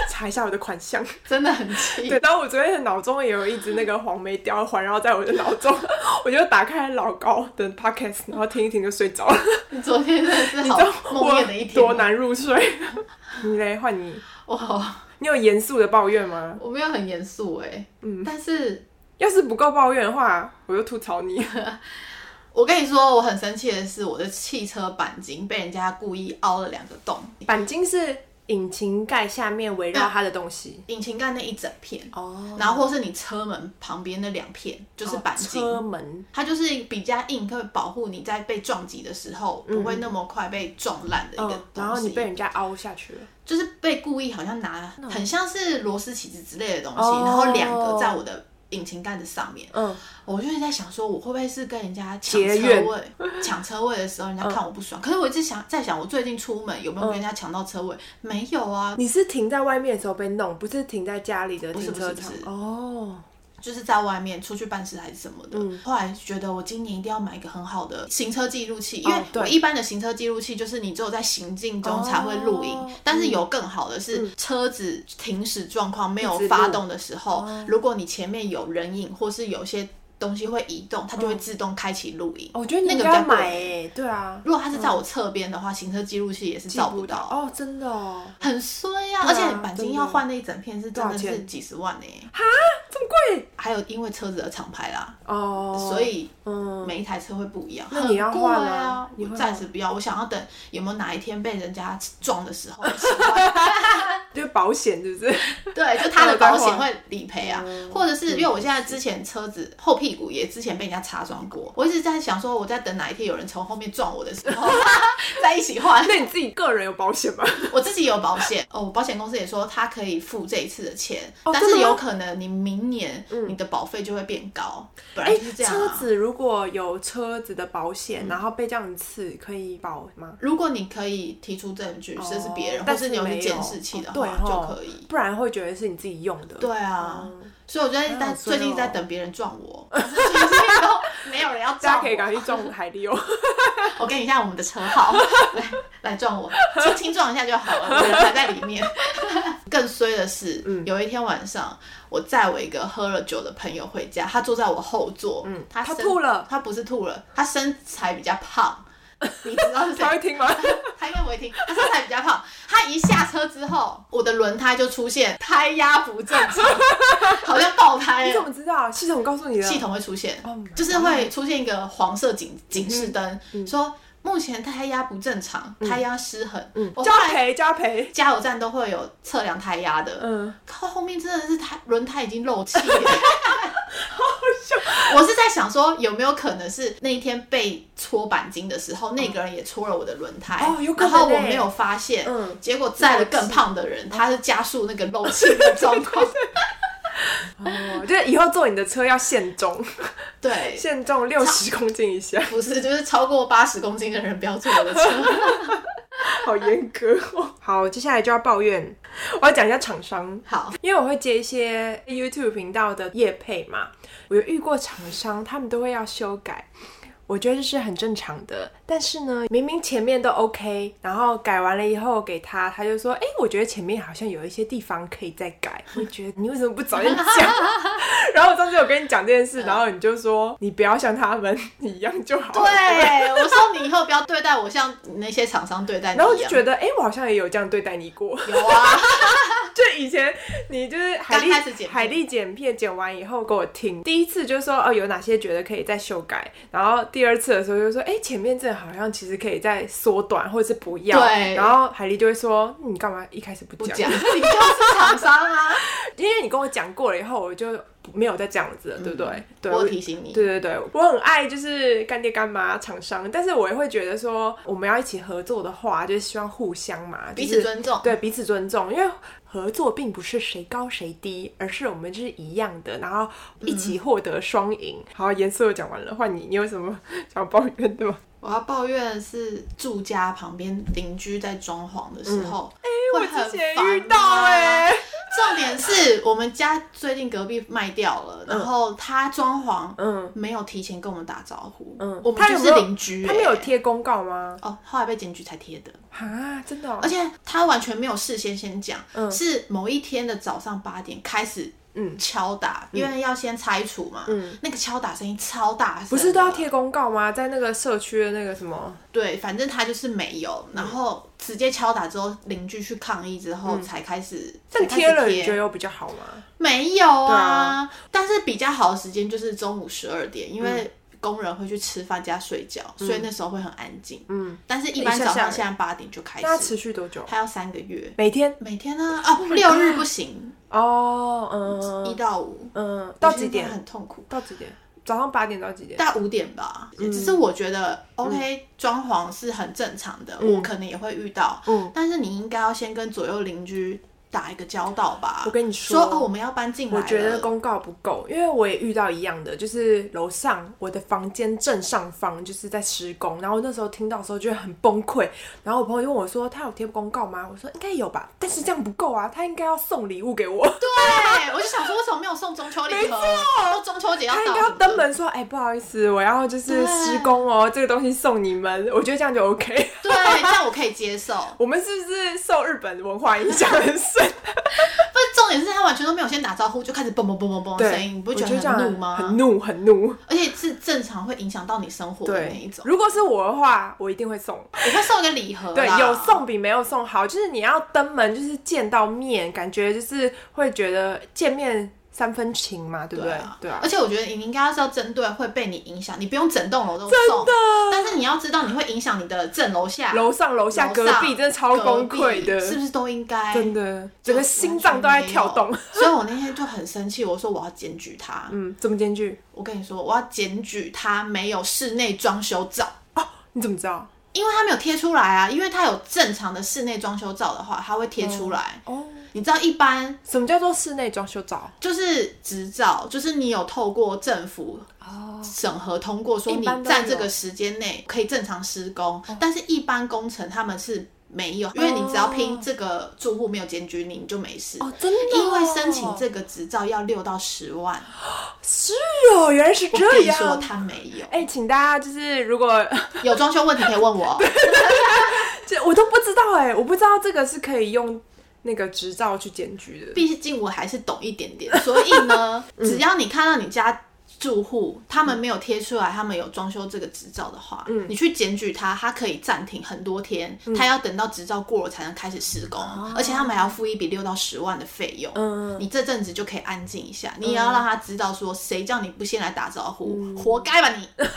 Speaker 1: 查一下我的款项。
Speaker 2: 真的很气。
Speaker 1: 对，然后我昨天的脑中也有一只那个黄梅貂环绕在我的脑中， 我就打开老高的 podcast，然后听一听就睡着了。
Speaker 2: 你昨天真的是
Speaker 1: 你
Speaker 2: 好
Speaker 1: 知道
Speaker 2: 梦
Speaker 1: 我
Speaker 2: 魇的一天
Speaker 1: 多
Speaker 2: 哦。
Speaker 1: 难入睡？ 你嘞，换你，
Speaker 2: 我
Speaker 1: 你有严肃的抱怨吗？
Speaker 2: 我没有很严肃哎，
Speaker 1: 嗯
Speaker 2: 但是
Speaker 1: 要是不够抱怨的话，我就吐槽你。
Speaker 2: 我跟你说，我很生气的是我的汽车钣金被人家故意凹了两个洞，
Speaker 1: 钣金是引擎盖下面围绕它的东西。
Speaker 2: 引擎盖那一整片，
Speaker 1: 哦，
Speaker 2: 然后或是你车门旁边那两片就是钣金。
Speaker 1: 车门
Speaker 2: 它就是比较硬，可以保护你在被撞击的时候不会那么快被撞烂的一个
Speaker 1: 嗯
Speaker 2: 东，西。
Speaker 1: 然后你被人家凹下去了。
Speaker 2: 就是被故意好像拿，很像是螺丝起子之类的东西，
Speaker 1: 哦
Speaker 2: 然后两个在我的引擎盖的上面。
Speaker 1: 嗯，
Speaker 2: 我就是在想说，我会不会是跟人家抢
Speaker 1: 结
Speaker 2: 车
Speaker 1: 怨嗯
Speaker 2: 位？抢车位的时候，人家看我不爽。可是我一直想在想，我最近出门有没有跟人家抢到车位？
Speaker 1: 嗯
Speaker 2: 没有啊，
Speaker 1: 你是停在外面的时候被弄，不是停在家里的
Speaker 2: 不是
Speaker 1: 停车
Speaker 2: 不
Speaker 1: 场
Speaker 2: 是不。是
Speaker 1: 哦，
Speaker 2: 就是在外面出去办事还是什么的。
Speaker 1: 嗯
Speaker 2: 后来觉得我今年一定要买一个很好的行车记录器，因为
Speaker 1: 哦对
Speaker 2: 我一般的行车记录器就是你只有在行进中
Speaker 1: 哦嗯
Speaker 2: 才会录影，但是有更好的是车子停驶状况没有发动的时候，
Speaker 1: 哦
Speaker 2: 如果你前面有人影或是有些东西会移动，它就会自动开启录影。
Speaker 1: 哦我觉得你
Speaker 2: 那
Speaker 1: 应
Speaker 2: 个
Speaker 1: 该要
Speaker 2: 比较贵
Speaker 1: 买诶，对啊，
Speaker 2: 如果它是在我侧边的话，行车记录器也是照不到。
Speaker 1: 哦，真的哦，
Speaker 2: 很衰呀、
Speaker 1: 对啊
Speaker 2: 而且钣金
Speaker 1: 真的
Speaker 2: 要换那一整片是真
Speaker 1: 多少
Speaker 2: 的是
Speaker 1: 钱
Speaker 2: 几十万呢、
Speaker 1: 这么贵
Speaker 2: 还有因为车子的厂牌啦，
Speaker 1: 哦，
Speaker 2: 所以
Speaker 1: 嗯，
Speaker 2: 每一台车会不一样，
Speaker 1: 那你要
Speaker 2: 很贵
Speaker 1: 换
Speaker 2: 啊
Speaker 1: 啊！你
Speaker 2: 我
Speaker 1: 会
Speaker 2: 暂时不要，我想要等有没有哪一天被人家撞的时候，喜 欢
Speaker 1: 就是保险是不 是？
Speaker 2: 对，就他的保
Speaker 1: 再
Speaker 2: 险
Speaker 1: 换嗯
Speaker 2: 会理赔啊，或者是因为我现在之前车子后屁股也之前被人家擦撞过，我一直在想说，我在等哪一天有人从后面撞我的时 候再一起换。
Speaker 1: 那你自己个人有保险吗？
Speaker 2: 我自己有保险哦，我保险公司也说他可以付这一次的钱，
Speaker 1: 哦
Speaker 2: 但
Speaker 1: 真的
Speaker 2: 是
Speaker 1: 吗嗯
Speaker 2: 有可能你明年你的保费就会变高，本
Speaker 1: 哎
Speaker 2: 来就是这样、啊。
Speaker 1: 车子如果有车子的保
Speaker 2: 嗯
Speaker 1: 险，然后被这样刺可以保吗？
Speaker 2: 如果你可以提出证据，这是别人，
Speaker 1: 哦
Speaker 2: 或
Speaker 1: 但
Speaker 2: 是
Speaker 1: 是
Speaker 2: 你有
Speaker 1: 没
Speaker 2: 去
Speaker 1: 有
Speaker 2: 监视器的
Speaker 1: 哦对
Speaker 2: 话，
Speaker 1: 哦
Speaker 2: 就可以。
Speaker 1: 不然会觉得是你自己用的。
Speaker 2: 对啊，所以我就在
Speaker 1: 好
Speaker 2: 在
Speaker 1: 衰
Speaker 2: 最
Speaker 1: 哦
Speaker 2: 近在等别人撞 我，可是最近都没有人要
Speaker 1: 大
Speaker 2: 撞
Speaker 1: 家可以赶
Speaker 2: 我。
Speaker 1: 快去撞海里 哦。
Speaker 2: 我给你一下我们的车号， 来来撞我，轻轻撞一下就好了，我人还在里面。 更衰的是，
Speaker 1: 嗯
Speaker 2: 有一天晚上，我载我一个喝了酒的朋友回家，他坐在我后座，嗯，他
Speaker 1: 他
Speaker 2: 身
Speaker 1: 吐了
Speaker 2: 他不是吐了，他身材比较胖，你知道是谁
Speaker 1: 他会听吗？
Speaker 2: 他应该不会听，他身材比较胖。他一下车之后，我的轮胎就出现胎压不正 常，好像爆胎
Speaker 1: 你怎
Speaker 2: 了。
Speaker 1: 么知道？系统告诉你的。
Speaker 2: 哎系统会出现
Speaker 1: Oh 嗯 my，God
Speaker 2: 就是会出现一个黄色警警示灯，说目前胎压不正常，
Speaker 1: 嗯
Speaker 2: 胎压失衡。我后
Speaker 1: 加
Speaker 2: 来
Speaker 1: 赔加赔。
Speaker 2: 加油站都会有测量胎压的，
Speaker 1: 嗯，
Speaker 2: 靠后面真的是胎轮胎已经漏 气了。 我是在想说，有没有可能是那一天被搓钣金的时候，那个人也搓了我的轮胎，
Speaker 1: 哦有可能
Speaker 2: 然后我
Speaker 1: 欸
Speaker 2: 没有发现，
Speaker 1: 嗯
Speaker 2: 结果载了更胖的人，他是加速那个漏气的状 况，
Speaker 1: 哦，就是以后坐你的车要限 重，
Speaker 2: 对。
Speaker 1: 限重六十公斤以下，
Speaker 2: 不是，就是超过八十公斤的人不要坐我的 车。
Speaker 1: 好严格哦。好，接下来就要抱怨，我要讲一下厂商。
Speaker 2: 好，
Speaker 1: 因为我会接一些 YouTube 频道的业配嘛，我有遇过厂商，他们都会要修改，我觉得这是很正常的。但是呢，明明前面都 OK，然后改完了以后给他，他就说：“哎、我觉得前面好像有一些地方可以再改。”我觉得你为什么不早点讲？ 然后我上次有跟你讲这件事，
Speaker 2: 嗯
Speaker 1: 然后你就说你不要像他们一样就好
Speaker 2: 对
Speaker 1: 了。
Speaker 2: 我说你以后不要对待我像那些厂商对待你
Speaker 1: 然后我
Speaker 2: 一
Speaker 1: 就
Speaker 2: 样。
Speaker 1: 觉得，哎、我好像也有这样对待你过。
Speaker 2: 有啊，
Speaker 1: 就以前你就是海
Speaker 2: 刚开始剪
Speaker 1: 丽
Speaker 2: 片
Speaker 1: 海丽剪片剪完以后给我听，第一次就说哦有哪些觉得可以再修改，然后第二次的时候就说哎、前面这好像其实可以再缩短或者是不要，
Speaker 2: 对
Speaker 1: 然后海丽就会说嗯你干嘛一开始不
Speaker 2: 不
Speaker 1: 讲？
Speaker 2: 讲，你就是厂商啊。
Speaker 1: 因为你跟我讲过了以后，我就没有再这样子了，对不对？对，
Speaker 2: 嗯我
Speaker 1: 我
Speaker 2: 有提醒你，
Speaker 1: 对对对，我很爱就是干爹干妈厂商，但是我也会觉得说，我们要一起合作的话，就是希望互相嘛，
Speaker 2: 彼
Speaker 1: 就
Speaker 2: 此
Speaker 1: 是
Speaker 2: 尊重。
Speaker 1: 对彼此尊重，因为合作并不是谁高谁低，而是我们就是一样的，然后一起获得双赢。好，严肃的讲完了，换你，你有什么想抱怨的吗？
Speaker 2: 我要抱怨的是住家旁边邻居在装潢的时候，
Speaker 1: 嗯哎我
Speaker 2: 会 很
Speaker 1: 之前
Speaker 2: 烦
Speaker 1: 遇到
Speaker 2: 啊
Speaker 1: 哎、
Speaker 2: 重点是我们家最近隔壁卖掉了，然后他装潢，
Speaker 1: 嗯
Speaker 2: 没有提前跟我们打招呼，
Speaker 1: 嗯
Speaker 2: 我们
Speaker 1: 他有
Speaker 2: 就
Speaker 1: 没
Speaker 2: 是
Speaker 1: 有
Speaker 2: 邻居、
Speaker 1: 他们有
Speaker 2: 欸
Speaker 1: 贴公告吗？
Speaker 2: 哦，后来被检举才贴的，
Speaker 1: 啊，真的、哦
Speaker 2: 而，且他完全没有事先先讲，
Speaker 1: 嗯
Speaker 2: 是某一天的早上八点开始
Speaker 1: 嗯
Speaker 2: 敲打，因为要先拆除嘛，
Speaker 1: 嗯
Speaker 2: 那个敲打声音超大声，
Speaker 1: 不是都要贴？公告吗？在那个社区的那个什么，
Speaker 2: 对，反正他就是没
Speaker 1: 嗯
Speaker 2: 有，然后直接敲打之后，邻居去抗议之后才开始，才
Speaker 1: 嗯但
Speaker 2: 开始
Speaker 1: 贴了你觉得有比较好吗？
Speaker 2: 没有
Speaker 1: 对
Speaker 2: 啊，
Speaker 1: 啊嗯
Speaker 2: 但是比较好的时间就是中午十二点，因为工人会去吃饭加睡觉，所以那时候会很安静。
Speaker 1: 嗯，
Speaker 2: 但是一般
Speaker 1: 一下
Speaker 2: 早
Speaker 1: 下
Speaker 2: 上
Speaker 1: 来
Speaker 2: 现在八点就开
Speaker 1: 那它
Speaker 2: 始，
Speaker 1: 持续多久？
Speaker 2: 还要三个月。
Speaker 1: 每天
Speaker 2: 每天呢、啊？哦，六日不行，
Speaker 1: 哦，
Speaker 2: 一
Speaker 1: 嗯
Speaker 2: 到五
Speaker 1: 嗯，到
Speaker 2: 我觉
Speaker 1: 几
Speaker 2: 得
Speaker 1: 点？
Speaker 2: 很痛苦，
Speaker 1: 到几点？早上八点到几点？
Speaker 2: 大概五点吧。
Speaker 1: 嗯
Speaker 2: 只是我觉得 OK，装潢是很正常的，我可能也会遇到，
Speaker 1: 嗯
Speaker 2: 但是你应该要先跟左右邻居打一个交道吧。
Speaker 1: 我跟你
Speaker 2: 说
Speaker 1: 说
Speaker 2: 哦，我们要搬进来
Speaker 1: 我
Speaker 2: 了，
Speaker 1: 觉得公告不够，因为我也遇到一样的，就是楼上我的房间正上方就是在施工，然后那时候听到的时候就很崩溃。然后我朋友就问我说：“他有贴公告吗？”我说：“应该有吧，但是这样不够啊，他应该要送礼物给 我，
Speaker 2: 对，我就想说为什么没有送中秋礼盒？都中秋节要
Speaker 1: 他应
Speaker 2: 到
Speaker 1: 该要
Speaker 2: 了，
Speaker 1: 登门说：‘哎、不好意思，我要就是施工 哦，这个东西送你们。’我觉得这样就 OK。
Speaker 2: 对，这样我可以接受。
Speaker 1: 我们是不是受日本文化影响很深？
Speaker 2: 不是重点是他完全都没有先打招呼就开始嘣嘣嘣嘣嘣的声音，你不
Speaker 1: 我
Speaker 2: 觉
Speaker 1: 觉得这
Speaker 2: 得
Speaker 1: 样
Speaker 2: 很怒吗？
Speaker 1: 很怒，很怒。
Speaker 2: 而且是正常会影响到你生活的那一
Speaker 1: 对
Speaker 2: 种，。
Speaker 1: 如果是我的话，我一定会送。
Speaker 2: 我会送一个礼盒啦，
Speaker 1: 对，有送比没有送好，就是你要登门，就是见到面，感觉就是会觉得见面三分情嘛，对不对？
Speaker 2: 啊，
Speaker 1: 对啊
Speaker 2: 而，且我觉得你应该要是要针对会被你影响，你不用整栋楼都送，但是你要知道你会影响你的正楼下、
Speaker 1: 楼上楼
Speaker 2: 楼
Speaker 1: 下隔壁真的超崩溃
Speaker 2: 隔
Speaker 1: 的，
Speaker 2: 壁是不是都应该？
Speaker 1: 真的，整个心脏都在跳动。
Speaker 2: 完。 全没有所以我那天就很生气，我说我要检举他。
Speaker 1: 嗯，怎么间距？
Speaker 2: 我跟你说，我要检举他没有室内装修照，
Speaker 1: 你怎么知道？
Speaker 2: 因为他没有贴出来啊。因为他有正常的室内装修照的话，他会贴出来。
Speaker 1: 哦，
Speaker 2: 你知道，一般
Speaker 1: 什么叫做室内装修照？
Speaker 2: 就是执照，就是你有透过政府
Speaker 1: 哦，
Speaker 2: 审核通过，说
Speaker 1: 一
Speaker 2: 你
Speaker 1: 般都有哦
Speaker 2: 在这个时间内可以正常施工，但是一般工程他们是没有，因为你只要拼这个住户没有检举你，你就没事。
Speaker 1: 哦，真的哦、
Speaker 2: 因为申请这个执照要六到十万，
Speaker 1: 是哦，原来是
Speaker 2: 我跟
Speaker 1: 这
Speaker 2: 你说
Speaker 1: 样。
Speaker 2: 他没有，
Speaker 1: 哎、请大家就是如果
Speaker 2: 有装修问题可以问我哦。
Speaker 1: 这我都不知道哎、我不知道这个是可以用那个执照去检举的。
Speaker 2: 毕竟我还是懂一点点， 所以呢，只要你看到你家住户他们没有贴出来，他们有装修这个执照的话，你去检举他，他可以暂停很多天，他要等到执照过了才能开始施工，而且他们还要付一笔六到十万的费用。
Speaker 1: 嗯，
Speaker 2: 你这阵子就可以安静一下，你也要让他知道说，谁叫你不先来打招呼，活该吧你！
Speaker 1: 啊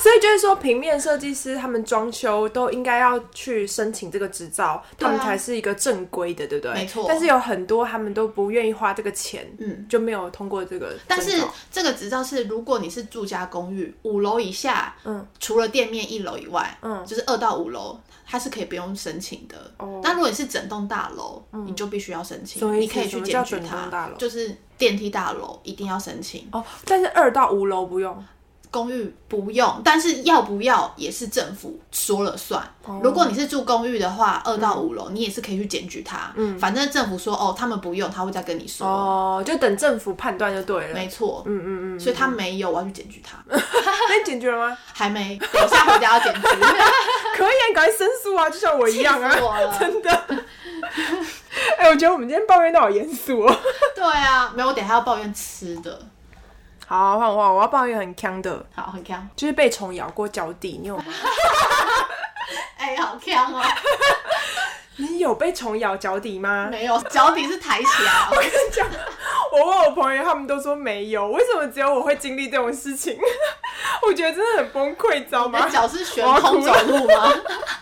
Speaker 1: 所以就是说，平面设计师他们装修都应该要去申请这个执照，
Speaker 2: 对啊
Speaker 1: 他们才是一个正规的，对不对？
Speaker 2: 没错
Speaker 1: 但是有很多他们都不愿意花这个钱，
Speaker 2: 嗯，
Speaker 1: 就没有通过这个证照。
Speaker 2: 但是这个执照是，如果你是住家公寓，五楼以下，
Speaker 1: 嗯，
Speaker 2: 除了店面一楼以外，
Speaker 1: 嗯
Speaker 2: 就是二到五楼，它是可以不用申请的。
Speaker 1: 哦嗯
Speaker 2: 但如果你是整栋大楼，你就必须要申
Speaker 1: 什
Speaker 2: 请，
Speaker 1: 么意思
Speaker 2: 你可以去
Speaker 1: 什么
Speaker 2: 检
Speaker 1: 叫
Speaker 2: 举
Speaker 1: 整栋大
Speaker 2: 它
Speaker 1: 楼，
Speaker 2: 就是电梯大楼一定要申请，
Speaker 1: 哦，但是二到五楼不用，
Speaker 2: 公寓不用，但是要不要也是政府说了算。
Speaker 1: 哦
Speaker 2: 如果你是住公寓的话，二到五
Speaker 1: 嗯
Speaker 2: 楼你也是可以去检举它，嗯，反正政府说哦，他们不用，他会再跟你说。
Speaker 1: 哦，就等政府判断就对了。
Speaker 2: 没错，
Speaker 1: 嗯嗯嗯，
Speaker 2: 所以他没有，我要去检举他，
Speaker 1: 那你解决哎了吗？
Speaker 2: 还没，等一下回家要检举。
Speaker 1: 可以啊，你赶快申诉啊，就像我 一 样啊
Speaker 2: 气死我了，
Speaker 1: 真的。哎、我觉得我们今天抱怨到好严肃哦。
Speaker 2: 对啊，没有，我等一下要抱怨吃的。
Speaker 1: 好，啊换我，我要抱怨很呛的，
Speaker 2: 好，很强，
Speaker 1: 就是被虫咬过脚底，你有吗？
Speaker 2: 哎、好强哦！
Speaker 1: 你有被虫咬脚底吗？
Speaker 2: 没有，脚底是抬起来哦。
Speaker 1: 我跟你讲，我问我朋友，他们都说没有，为什么只有我会经历这种 事情？我觉得真的很崩溃，你知道
Speaker 2: 你
Speaker 1: 吗
Speaker 2: 的？脚是悬空走路吗？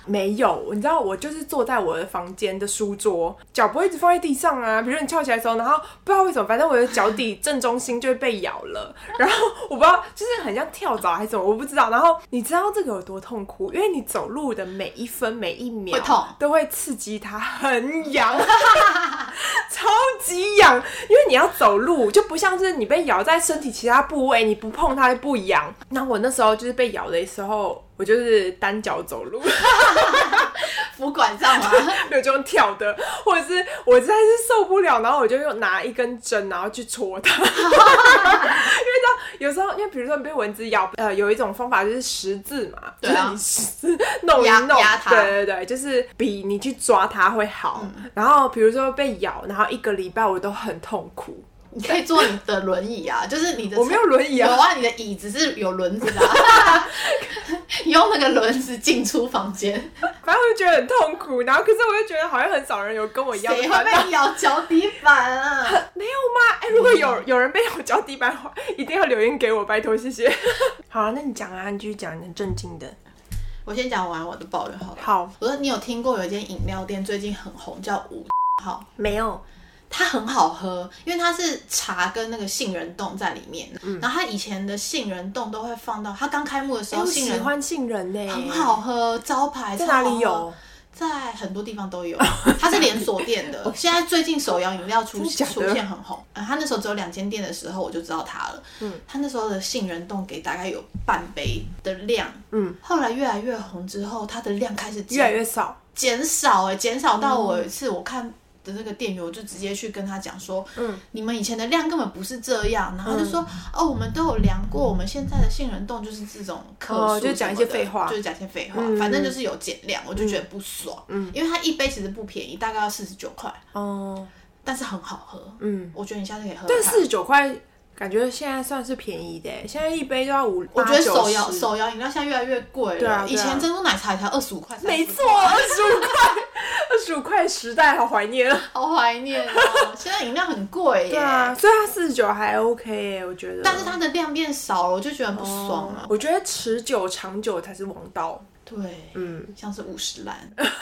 Speaker 1: 没有，你知道我就是坐在我的房间的书桌，脚不会一直放在地上啊。比如你翘起来的时候，然后不知道为什么，反正我的脚底正中心就会被咬了，然后我不知道就是很像跳蚤还是什么，我不知道。然后你知道这个有多痛苦，因为你走路的每一分每一秒
Speaker 2: 会痛
Speaker 1: 都会刺激它，很痒。 超级痒，因为你要走路，就不像是你被咬在身体其他部位，你不碰它就不痒。那我那时候就是被咬的时候，我就是单脚走路，
Speaker 2: 扶管上嘛，
Speaker 1: 有这种跳的，或者是我实在是受不了，然后我就用拿一根针，然后去戳它。 因为你知道，有时候因为比如说你被蚊子咬，呃，有一种方法就是十字嘛，
Speaker 2: 对
Speaker 1: 就
Speaker 2: 啊
Speaker 1: 是你十字弄一
Speaker 2: 压
Speaker 1: 弄
Speaker 2: 压，它嗯
Speaker 1: 对对对，就是比你去抓它会好。然后比如说被咬，然后一个礼拜我都很痛苦。
Speaker 2: 你可以坐你的轮椅啊，就是你的
Speaker 1: 我没有轮椅
Speaker 2: 有
Speaker 1: 啊，
Speaker 2: 啊，你的椅子是有轮子的、啊， 你用那个轮子进出 房间，
Speaker 1: 反正我就觉得很痛苦，然后可是我又觉得好像很少人有跟我一样的
Speaker 2: 谁会
Speaker 1: 烦恼
Speaker 2: 被咬脚底板啊？
Speaker 1: 没有吗？哎、如果有有人被我脚底板滑，一定要留言给我，拜托，谢 谢。好啊，那你讲啊，你继续讲你的正经的。
Speaker 2: 我先讲完我的抱怨好了。
Speaker 1: 好，
Speaker 2: 我说你有听过有一间饮料店最近很红，叫五号，
Speaker 1: 没有，
Speaker 2: 它很好喝，因为它是茶跟那个杏仁冻在里面。
Speaker 1: 嗯
Speaker 2: 然后它以前的杏仁冻都会放到它刚开幕的时
Speaker 1: 哎
Speaker 2: 候，
Speaker 1: 我
Speaker 2: 杏
Speaker 1: 喜
Speaker 2: 仁
Speaker 1: 欢杏仁呢、
Speaker 2: 很好，喝，招牌
Speaker 1: 在哪
Speaker 2: 超好啊
Speaker 1: 里
Speaker 2: 喝
Speaker 1: 有？？
Speaker 2: 在很多地方都有，它是连锁 店的。现在最近手摇饮料出
Speaker 1: 真的假的
Speaker 2: 出现很红，呃，它那时候只有两间店的时候，我就知道它了。嗯，它那时候的杏仁冻给大概有半杯的量，
Speaker 1: 嗯，
Speaker 2: 后来越来越红之后，它的量开始减
Speaker 1: 越来越少，
Speaker 2: 减少、哎，减少到我有一次我看。的那个店员，我就直接去跟他讲说，嗯，你们以前的量根本不是这样，然后他就说，
Speaker 1: 嗯
Speaker 2: 哦，我们都有量过，我们现在的杏仁冻就是这种克数什么的、
Speaker 1: 哦就讲一些废话
Speaker 2: 就是讲一些废话，
Speaker 1: 嗯
Speaker 2: 反正就是有减量，我就觉得不爽，嗯，因为它一杯其实不便宜，大概要四十九块，
Speaker 1: 哦，
Speaker 2: 但是很好喝，
Speaker 1: 嗯，
Speaker 2: 我觉得你下次可以喝喝
Speaker 1: 但
Speaker 2: 看。
Speaker 1: 四十九块，感觉现在算是便宜的、现在一杯就要五，
Speaker 2: 我
Speaker 1: 我
Speaker 2: 觉得手摇手摇饮料现在越来越贵了，
Speaker 1: 对啊对啊
Speaker 2: 以前珍珠奶茶也才二十五块，
Speaker 1: 没错，
Speaker 2: 35块
Speaker 1: 二十五块， 二十五块时代，好怀念。
Speaker 2: 好怀念哦， 现在饮料很贵耶，
Speaker 1: 对啊，所以它四十九还 OK 耶、我觉得。
Speaker 2: 但是它的量变少了，我就觉得很不爽啊。
Speaker 1: 我觉得持久长久才是王道。
Speaker 2: 对，
Speaker 1: 嗯，
Speaker 2: 像是五十 兰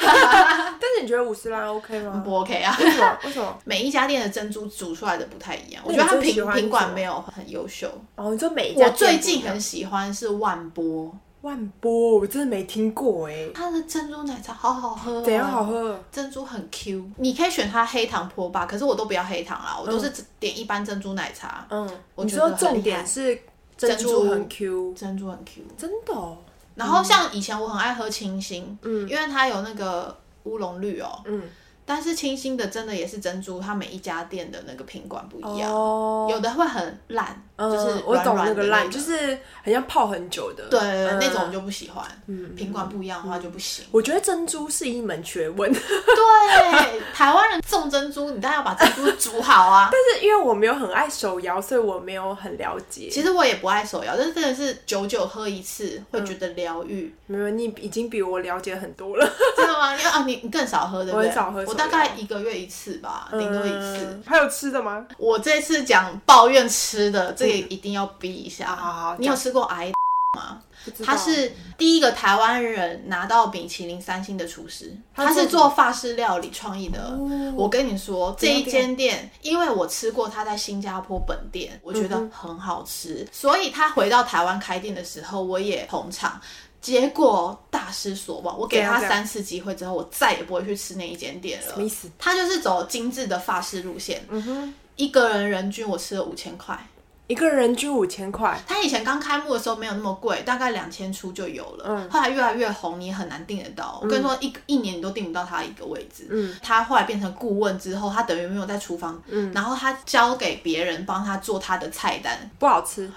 Speaker 1: 但是你觉得五十兰 OK 吗？
Speaker 2: 啊不 OK 啊。
Speaker 1: 为什么？为什么？
Speaker 2: 每一家店的珍珠煮出来的不太一样，我
Speaker 1: 那
Speaker 2: 觉
Speaker 1: 你
Speaker 2: 得它
Speaker 1: 最喜
Speaker 2: 品
Speaker 1: 欢
Speaker 2: 品
Speaker 1: 什
Speaker 2: 管
Speaker 1: 么
Speaker 2: 没有很优秀。
Speaker 1: 哦，你说每一家
Speaker 2: 我
Speaker 1: 店不一样
Speaker 2: 最近很喜欢是万波，
Speaker 1: 万波，我真的没听过哎、
Speaker 2: 它的珍珠奶茶好好喝、哦
Speaker 1: 怎样好？喝？
Speaker 2: 珍珠很 Q，你可以选它黑糖波霸，可是我都不要黑糖啦，我都是只点一般珍珠奶茶，
Speaker 1: 嗯，
Speaker 2: 我
Speaker 1: 你
Speaker 2: 觉得
Speaker 1: 说
Speaker 2: 很
Speaker 1: 重点是珍珠很 Q，
Speaker 2: 珍珠很 Q。
Speaker 1: 真的、哦？
Speaker 2: 然后像以前我很爱喝清新，
Speaker 1: 嗯
Speaker 2: 因为它有那个乌龙绿哦，
Speaker 1: 嗯，
Speaker 2: 但是清新的真的也是珍珠，它每一家店的那个品管不一样，
Speaker 1: 哦，
Speaker 2: 有的会很烂，
Speaker 1: 嗯，
Speaker 2: 就是
Speaker 1: 我
Speaker 2: 软
Speaker 1: 懂
Speaker 2: 软
Speaker 1: 那个
Speaker 2: 的那
Speaker 1: 烂，
Speaker 2: 个
Speaker 1: 就是很像泡很久的。
Speaker 2: 对、
Speaker 1: 嗯
Speaker 2: 那种我就不喜欢，
Speaker 1: 嗯。
Speaker 2: 品管不一样的话就不行
Speaker 1: 我觉得珍珠是一门学 问，但
Speaker 2: 对，台湾人种珍珠，你当然要把珍珠煮好 啊。
Speaker 1: 是因为我没有很爱手摇，所以我没有很了解。
Speaker 2: 其实我也不爱手摇，但是真的是久久喝一次会觉得疗愈。
Speaker 1: 没有，你已经比我了解很多了，
Speaker 2: 真的吗？你啊，你你更少喝对不对？
Speaker 1: 我很少喝手摇
Speaker 2: 我大概一个月一次吧，顶多一次。
Speaker 1: 嗯还有吃的吗？
Speaker 2: 我这次讲抱怨吃的，这个一定要逼一下。
Speaker 1: 好好好
Speaker 2: 你有吃过癌？
Speaker 1: 不知道
Speaker 2: 他是第一个台湾人拿到米其林三星的厨师，
Speaker 1: 他
Speaker 2: 他
Speaker 1: 做
Speaker 2: 是做法式料理创意的。
Speaker 1: 哦
Speaker 2: 我跟你说，这
Speaker 1: 怎样
Speaker 2: 一间店，因为我吃过他在新加坡本
Speaker 1: 嗯
Speaker 2: 店，我觉得很好吃，所以他回到台湾开店的时候，我也捧场。结果大失所望，我给
Speaker 1: 怎样
Speaker 2: 他
Speaker 1: 怎样
Speaker 2: 三次机会之后，我再也不会去吃那一间店了。
Speaker 1: 什么意思？
Speaker 2: 他就是走精致的法式路线，
Speaker 1: 嗯哼，
Speaker 2: 一个人人均我吃了五千块。
Speaker 1: 一个人均五千块，
Speaker 2: 它以前刚开幕的时候没有那么贵，大概两千出就有了。
Speaker 1: 嗯
Speaker 2: 后来越来越红，你也很难订得到。我跟你说，一一年你都订不到它一个位置。
Speaker 1: 嗯，
Speaker 2: 他后来变成顾问之后，他等于没有在厨房，
Speaker 1: 嗯
Speaker 2: 然后他交给别人帮他做他的菜单。
Speaker 1: 不好吃。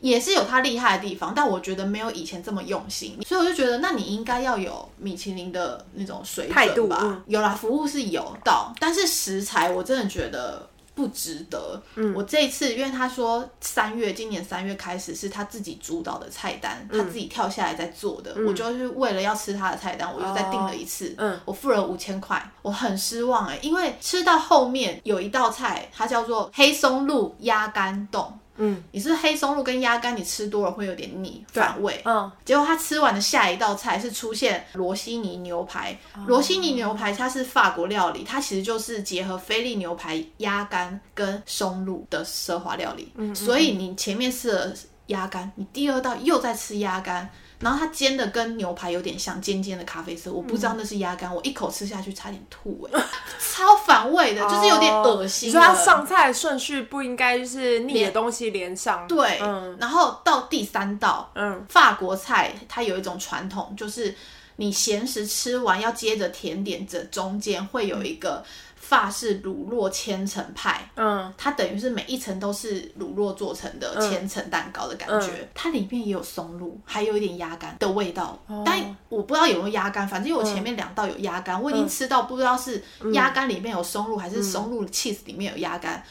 Speaker 2: 也是有他厉害的地方，但我觉得没有以前这么用心，所以我就觉得，那你应该要有米其林的那种水
Speaker 1: 态
Speaker 2: 准
Speaker 1: 度
Speaker 2: 吧。
Speaker 1: 嗯
Speaker 2: 有啦，服务是有到，但是食材我真的觉得不值得。嗯，我这一次因为他说三月，今年三月开始是他自己主导的菜单，
Speaker 1: 嗯
Speaker 2: 他自己跳下来在做的，我就是为了要吃他的菜单，我又再订了一次。
Speaker 1: 嗯
Speaker 2: 我付了五千块，我很失望欸哎、因为吃到后面有一道菜，它叫做黑松露鸭肝冻。嗯，你是不是黑松露跟鸭肝，你吃多了会有点腻
Speaker 1: 对
Speaker 2: 反胃。
Speaker 1: 嗯，
Speaker 2: 结果他吃完的下一道菜是出现罗西尼牛排。
Speaker 1: 哦
Speaker 2: 罗西尼牛排它是法国料理，它其实就是结合菲力牛排、鸭肝跟松露的奢华料理。
Speaker 1: 嗯
Speaker 2: 所以你前面吃了鸭肝，你第二道又在吃鸭肝，然后它煎的跟牛排有点像，尖尖的咖啡色，我不知道那是鸭肝，我一口吃下去差点吐、
Speaker 1: 嗯
Speaker 2: 欸，超反胃的，就是有点恶心
Speaker 1: 你
Speaker 2: 了。
Speaker 1: 哦说它上菜的顺序不应该就是腻的东西连上？
Speaker 2: 对，
Speaker 1: 嗯
Speaker 2: 然后到第三道，
Speaker 1: 嗯，
Speaker 2: 法国菜它有一种传统，就是你咸食吃完要接着甜点，这中间会有一个法式乳酪千层派。
Speaker 1: 嗯，
Speaker 2: 它等于是每一层都是乳酪做成的千层蛋糕的感觉，它里面也有松露，还有一点鸭肝的味道，
Speaker 1: 哦
Speaker 2: 但我不知道有没有鸭肝，反正因为我前面两道有鸭肝，我已经吃到不知道是
Speaker 1: 嗯
Speaker 2: 鸭肝里面有松露、还是松露 cheese 里面有鸭肝，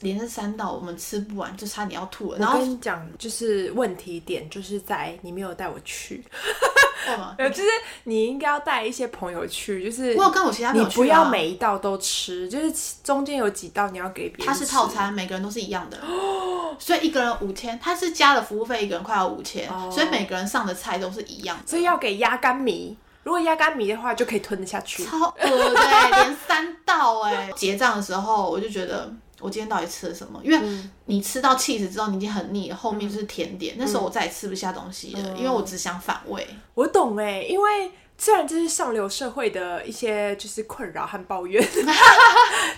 Speaker 2: 连着三道我们吃不完，就差点要吐了，
Speaker 1: 嗯
Speaker 2: 然
Speaker 1: 我
Speaker 2: 后
Speaker 1: 跟你讲，就是问题点就是在你没有带我去，
Speaker 2: 够吗？
Speaker 1: 呃，就是你应该要带一些朋友去，就是
Speaker 2: 哦我有跟我其他朋
Speaker 1: 你
Speaker 2: 友去、啊，
Speaker 1: 不要每一道都吃，就是其中间有几道你要给别人。
Speaker 2: 它是套，餐，每个人都是一样的，
Speaker 1: 哦
Speaker 2: 所以一个人五千，它是加了服务费，一个人快要五千、所以每个人上的菜都是一样的，
Speaker 1: 哦所以要给鸭肝迷。如果鸭肝迷的话，就可以吞得下去。
Speaker 2: 超恶的、欸，连三道哎、 结账的时候我就觉得。我今天到底吃了什么？因
Speaker 1: 嗯
Speaker 2: 为你吃到 cheese 之后，你已经很腻了，后面就是甜点。那时候我再也吃不下东西了，
Speaker 1: 嗯
Speaker 2: 因为我只想反胃。
Speaker 1: 我懂哎、因为虽然这是上流社会的一些就是困扰和抱怨，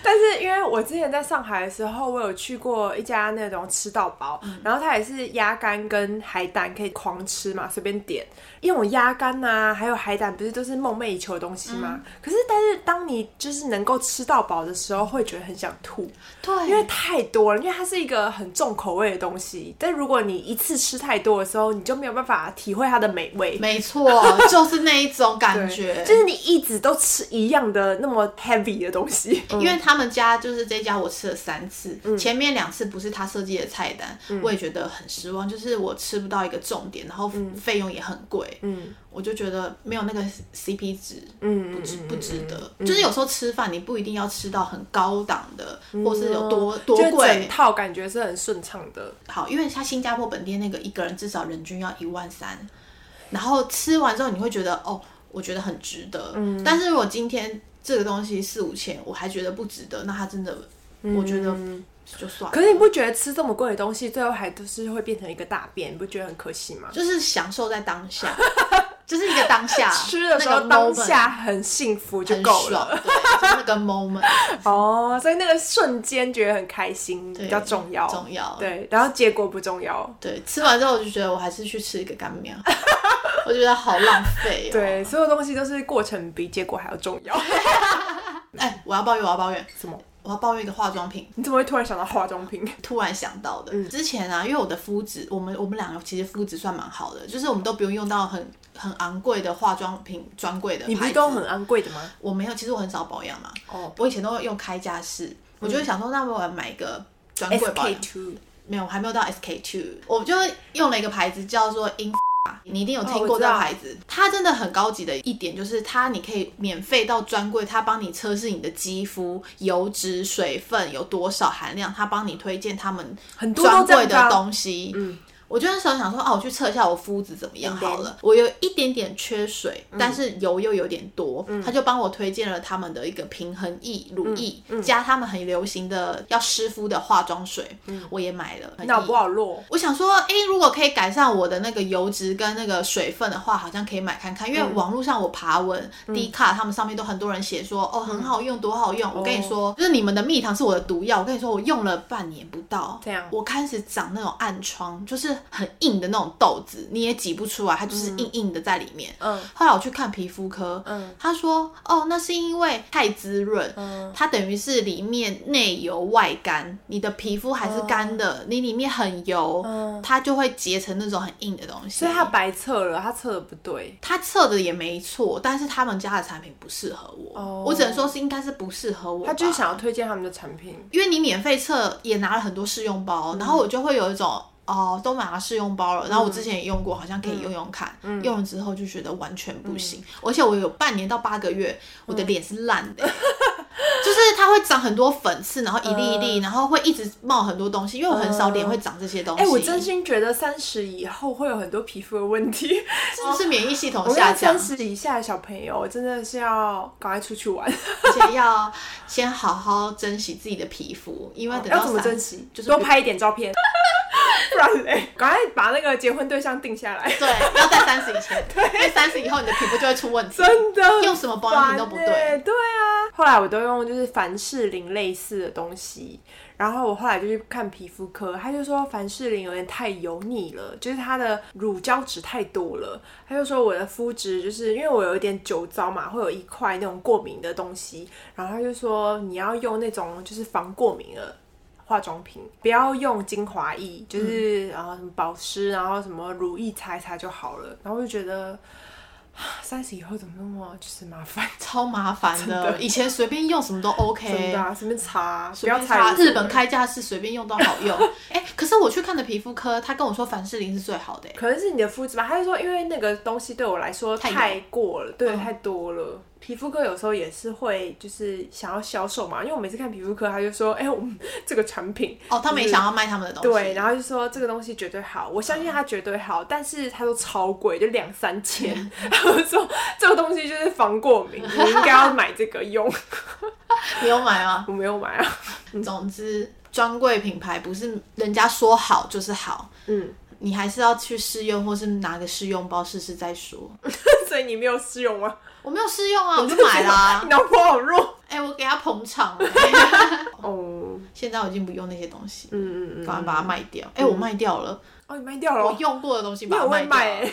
Speaker 1: 但是因为我之前在上海的时候，我有去过一家那种吃到饱，然后它也是鸭肝跟海胆可以狂吃嘛，随便点。因为我鸭肝呐、还有海胆不是都是梦寐以求的东西吗？可是但是当你就是能够吃到饱的时候，会觉得很想吐。
Speaker 2: 对，
Speaker 1: 因为太多了，因为它是一个很重口味的东西，但如果你一次吃太多的时候，你就没有办法体会它的美味。
Speaker 2: 没错，就是那一种感觉
Speaker 1: 对，就是你一直都吃一样的那么 heavy 的东西。
Speaker 2: 因为他们家就是这家，我吃了三次，
Speaker 1: 嗯
Speaker 2: 前面两次不是他设计的菜单，我也觉得很失望，就是我吃不到一个重点，然后费用也很贵，
Speaker 1: 嗯
Speaker 2: 我就觉得没有那个 CP 值，
Speaker 1: 嗯
Speaker 2: 不值不值得。就是有时候吃饭你不一定要吃到很高档的，或是有多
Speaker 1: 嗯哦就
Speaker 2: 多
Speaker 1: 是整
Speaker 2: 贵。
Speaker 1: 套感觉是很顺畅的。
Speaker 2: 好，因为他新加坡本地那个一个人至少人均要一万三，然后吃完之后你会觉得哦，我觉得很值得。嗯，但是如果今天这个东西四五千，我还觉得不值得，那它真的，
Speaker 1: 嗯
Speaker 2: 我觉得就算了。
Speaker 1: 可是你不觉得吃这么贵的东西，最后还都是会变成一个大便，你不觉得很可惜吗？
Speaker 2: 就是享受在 当下，就是一个当下
Speaker 1: 吃的时
Speaker 2: 那
Speaker 1: 候
Speaker 2: 个 moment
Speaker 1: 当下很幸福就
Speaker 2: 很
Speaker 1: 够
Speaker 2: 爽
Speaker 1: 了，
Speaker 2: 对，就是 那个 moment
Speaker 1: 哦，所以那个瞬间觉得很开心比较重要，
Speaker 2: 重要。
Speaker 1: 对，然后结果不重要，
Speaker 2: 对，吃完之后我就觉得我还是去吃一个干面，我觉得好浪费、哦。，
Speaker 1: 对，所有东西都是过程比结果还要重要。
Speaker 2: 哎、我要抱怨，我要抱怨，
Speaker 1: 什么？
Speaker 2: 我要抱怨一个化妆品。
Speaker 1: 你怎么会突然想到化妆品？
Speaker 2: 突然想到的。
Speaker 1: 嗯
Speaker 2: 之前啊，因为我的肤质，我们我们两个其实肤质算蛮好的，就是我们都不用用到很很昂贵的化妆品专柜的
Speaker 1: 你不
Speaker 2: 牌
Speaker 1: 是
Speaker 2: 子
Speaker 1: 都。很昂贵的吗？
Speaker 2: 我没有，其实我很少保养嘛。
Speaker 1: 哦
Speaker 2: 我以前都会用开架式，我
Speaker 1: 嗯
Speaker 2: 就会想说，那我买一个专柜保养。
Speaker 1: two，
Speaker 2: 没有，我还没有到 SK two，我就用了一个牌子叫做 In，你一定有听
Speaker 1: 哦
Speaker 2: 过
Speaker 1: 我
Speaker 2: 这
Speaker 1: 知
Speaker 2: 个
Speaker 1: 道
Speaker 2: 牌子。它真的很高级的一点就是它，你可以免费到专柜，它帮你测试你的肌肤油脂、水分有多少含量，它帮你推荐他们
Speaker 1: 很多
Speaker 2: 专
Speaker 1: 都这
Speaker 2: 柜
Speaker 1: 样子啊
Speaker 2: 的东西。嗯。我就那时候想说，哦，我去测一下我肤质怎么样
Speaker 1: And
Speaker 2: 好了。我有一点点缺水，但是油又有点多，他就帮我推荐了他们的一个平衡液、乳液，加他们很流行的要湿肤的化妆水，我也买了。
Speaker 1: 脑不好弱。
Speaker 2: 我想说，诶，如果可以改善我的那个油脂跟那个水分的话，好像可以买看看。因
Speaker 1: 嗯
Speaker 2: 为网络上我爬文、低卡他们上面都很多人写说，
Speaker 1: 嗯
Speaker 2: 哦，很好用，多好用。我跟
Speaker 1: 哦
Speaker 2: 你说，就是你们的蜜糖是我的毒药。我跟你说，我用了半年不到，
Speaker 1: 这样
Speaker 2: 我开始长那种暗疮，就是很硬的那种痘子，你也挤不出来，它就是硬硬的在里面。
Speaker 1: 嗯，
Speaker 2: 后来我去看皮肤科，嗯，他说，哦，那是因为太滋润，嗯，它等于是里面内油外干，你的皮肤还是干
Speaker 1: 哦
Speaker 2: 的，你里面很油，嗯，它就会结成那种很硬的东西。
Speaker 1: 所以他白测了，他测的不对。
Speaker 2: 他测的也没错，但是他们家的产品不适合我，
Speaker 1: 哦
Speaker 2: 我只能说是应该是不适合我吧。
Speaker 1: 他就是想要推荐他们的产品，
Speaker 2: 因为你免费测也拿了很多试用包，
Speaker 1: 嗯
Speaker 2: 然后我就会有一种。哦，都买了试用包了，然后我之前也用过，好像可以用用看。
Speaker 1: 嗯
Speaker 2: 嗯用了 之后就觉得完全不行，而且我有半年到八个月，我的脸是烂的、欸就是它会长很多粉刺，然后一粒一
Speaker 1: 嗯
Speaker 2: 粒，然后会一直冒很多东西，因为我很少脸会长这些东西。
Speaker 1: 哎、我真心觉得三十以后会有很多皮肤的问 题。
Speaker 2: 是哦不是免疫系统
Speaker 1: 我
Speaker 2: 下
Speaker 1: 们
Speaker 2: 降
Speaker 1: 三，十以下的小朋友真的是要赶快出去 玩，
Speaker 2: 而且要先好好珍惜自己的皮肤，因为等
Speaker 1: 哦要
Speaker 2: 到
Speaker 1: 怎么
Speaker 2: 三
Speaker 1: 珍惜？
Speaker 2: 就是
Speaker 1: 多拍一点照片， 不然嘞，赶快把那个结婚对象定下来。
Speaker 2: 对，要在三十以前，因为三十以后你的皮肤就会出问题，
Speaker 1: 真的
Speaker 2: 用什么保养品都不
Speaker 1: 很烦欸
Speaker 2: 对。
Speaker 1: 对啊，后来我都用就是凡士林类似的东西，然后我后来就去看皮肤科，他就说凡士林有点太油腻了，就是它的乳胶质太多了。他就说我的肤质就是因为我有一点酒糟嘛，会有一块那种过敏的东西，然后他就说你要用那种就是防过敏的化妆品，不要用精华液，就是然后什么保湿，然后什么乳液擦一擦就好了。然后我就觉得。三十以后怎么那么就是麻烦？
Speaker 2: 超麻烦的，以前随便用什么都 OK，
Speaker 1: 真的啊，随便擦啊，不
Speaker 2: 哎随
Speaker 1: 要
Speaker 2: 便
Speaker 1: 擦也
Speaker 2: 擦
Speaker 1: 无所谓
Speaker 2: 日本，开价是随便用都好 用。哎、可是我去看的皮肤科，他跟我说凡士林是最好的、哎
Speaker 1: 可能是你的肤质吧。他就说，因为那个东西对我来说
Speaker 2: 太油
Speaker 1: 太过了，对，
Speaker 2: 嗯
Speaker 1: 太多了。皮肤科有时候也是会就是想要销售嘛，因为我每次看皮肤科，他就说，哎、我们这个产品
Speaker 2: 哦，他们也
Speaker 1: 就是
Speaker 2: 想要卖他们的东西。
Speaker 1: 对，然后就说这个东西绝对好，我相信它绝对好，但是它都超贵，就两三千。 然后说这个东西就是防过敏，你应该要买这个用。
Speaker 2: 你有买吗？
Speaker 1: 我没有买啊，
Speaker 2: 总之，专柜品牌不是人家说好就是好，
Speaker 1: 嗯，
Speaker 2: 你还是要去试用，或是拿个试用包试试再 说。
Speaker 1: 所以你没有试用吗？
Speaker 2: 我没有试用啊，我就买 啦、
Speaker 1: 你脑波好弱。
Speaker 2: 哎、我给他 捧场、哎
Speaker 1: 哦，
Speaker 2: 现在我已经不用那些东西，
Speaker 1: 嗯嗯嗯，
Speaker 2: 赶快把它卖掉。哎、我卖掉了，
Speaker 1: 哦，你卖掉了
Speaker 2: 我
Speaker 1: 哦。
Speaker 2: 用过的东西
Speaker 1: 你
Speaker 2: 把它
Speaker 1: 很会
Speaker 2: 卖掉
Speaker 1: 卖、
Speaker 2: 了。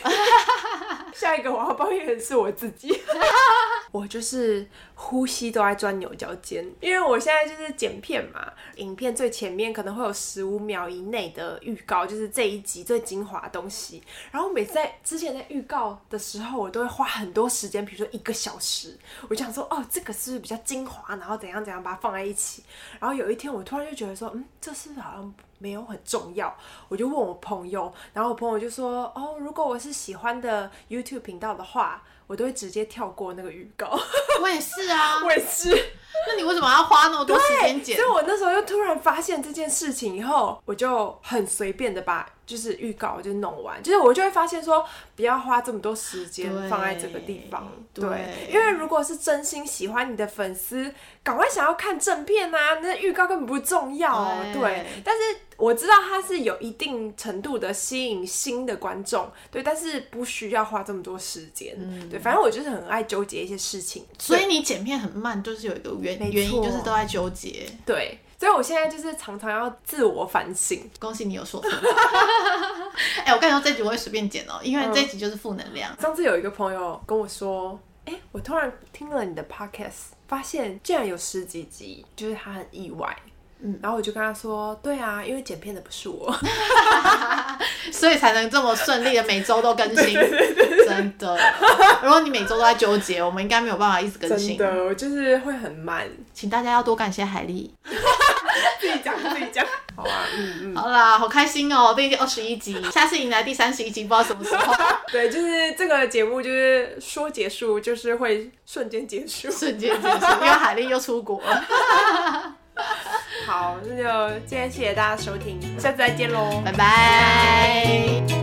Speaker 1: 欸。下一个我要抱怨的是我自 己，我就是呼吸都在钻牛角尖，因为我现在就是剪片嘛，影片最前面可能会有十五秒以内的预告，就是这一集最精华的东西。然后每次在之前在预告的时候，我都会花很多时间，比如说一个小时，我就想说哦，这个是不是比较精华，然后怎样怎样把它放在一起。然后有一天我突然就觉得说，嗯，这是不是好像没有很重要？我就问我朋友，然后我朋友就说，哦，如果我是喜欢的 YouTube 频道的话，我都会直接跳过那个预告。
Speaker 2: 我也是啊，
Speaker 1: 我也是，
Speaker 2: 那你为什么要花那么多时间剪
Speaker 1: 所以？我那时候就突然发现这件事情以后，我就很随便的把就是预告就弄完，就是我就会发现说，不要花这么多时间
Speaker 2: 对
Speaker 1: 放在这个地方，
Speaker 2: 对
Speaker 1: 因为如果是真心喜欢你的粉丝，赶快想要看正片啊，那预告根本不重要、哦，
Speaker 2: 对
Speaker 1: 对，但是。我知道它是有一定程度的吸引新的观众，对，但是不需要花这么多时间，对，反正我就是很爱纠结一些事情，
Speaker 2: 嗯所以你剪片很慢，就是有一个原
Speaker 1: 没错
Speaker 2: 原因，就是都在纠结。
Speaker 1: 对，所以我现在就是常常要自我反省，
Speaker 2: 恭喜你 有说服我。哎、我跟你说，这集我会随便剪哦，因
Speaker 1: 嗯
Speaker 2: 为这集就是负能量。
Speaker 1: 上次有一个朋友跟我说：“哎、我突然听了你的 podcast，发现竟然有十几集，就是他很意外。”嗯，然后我就跟他说：“对啊，因为剪片的不是 我。
Speaker 2: 所以才能这么顺利的每周 都更新。真的，如果你每周都在纠结，我们应该没有办法一直”更
Speaker 1: 真
Speaker 2: 新。
Speaker 1: 的，我就是会很慢，
Speaker 2: 请大家要多感谢海丽。
Speaker 1: 自己讲自己讲。好啊，嗯嗯，
Speaker 2: 好啦，好开心哦，这已经二十一集，下次迎来第三十一集，不知道什么时候
Speaker 1: 对，就是这个节目，就是说结束，就是会瞬间结 束。
Speaker 2: 瞬间结束，因为海丽又出国了。
Speaker 1: 好，那就今天谢谢大家收听，下次再见喽，
Speaker 2: 拜拜。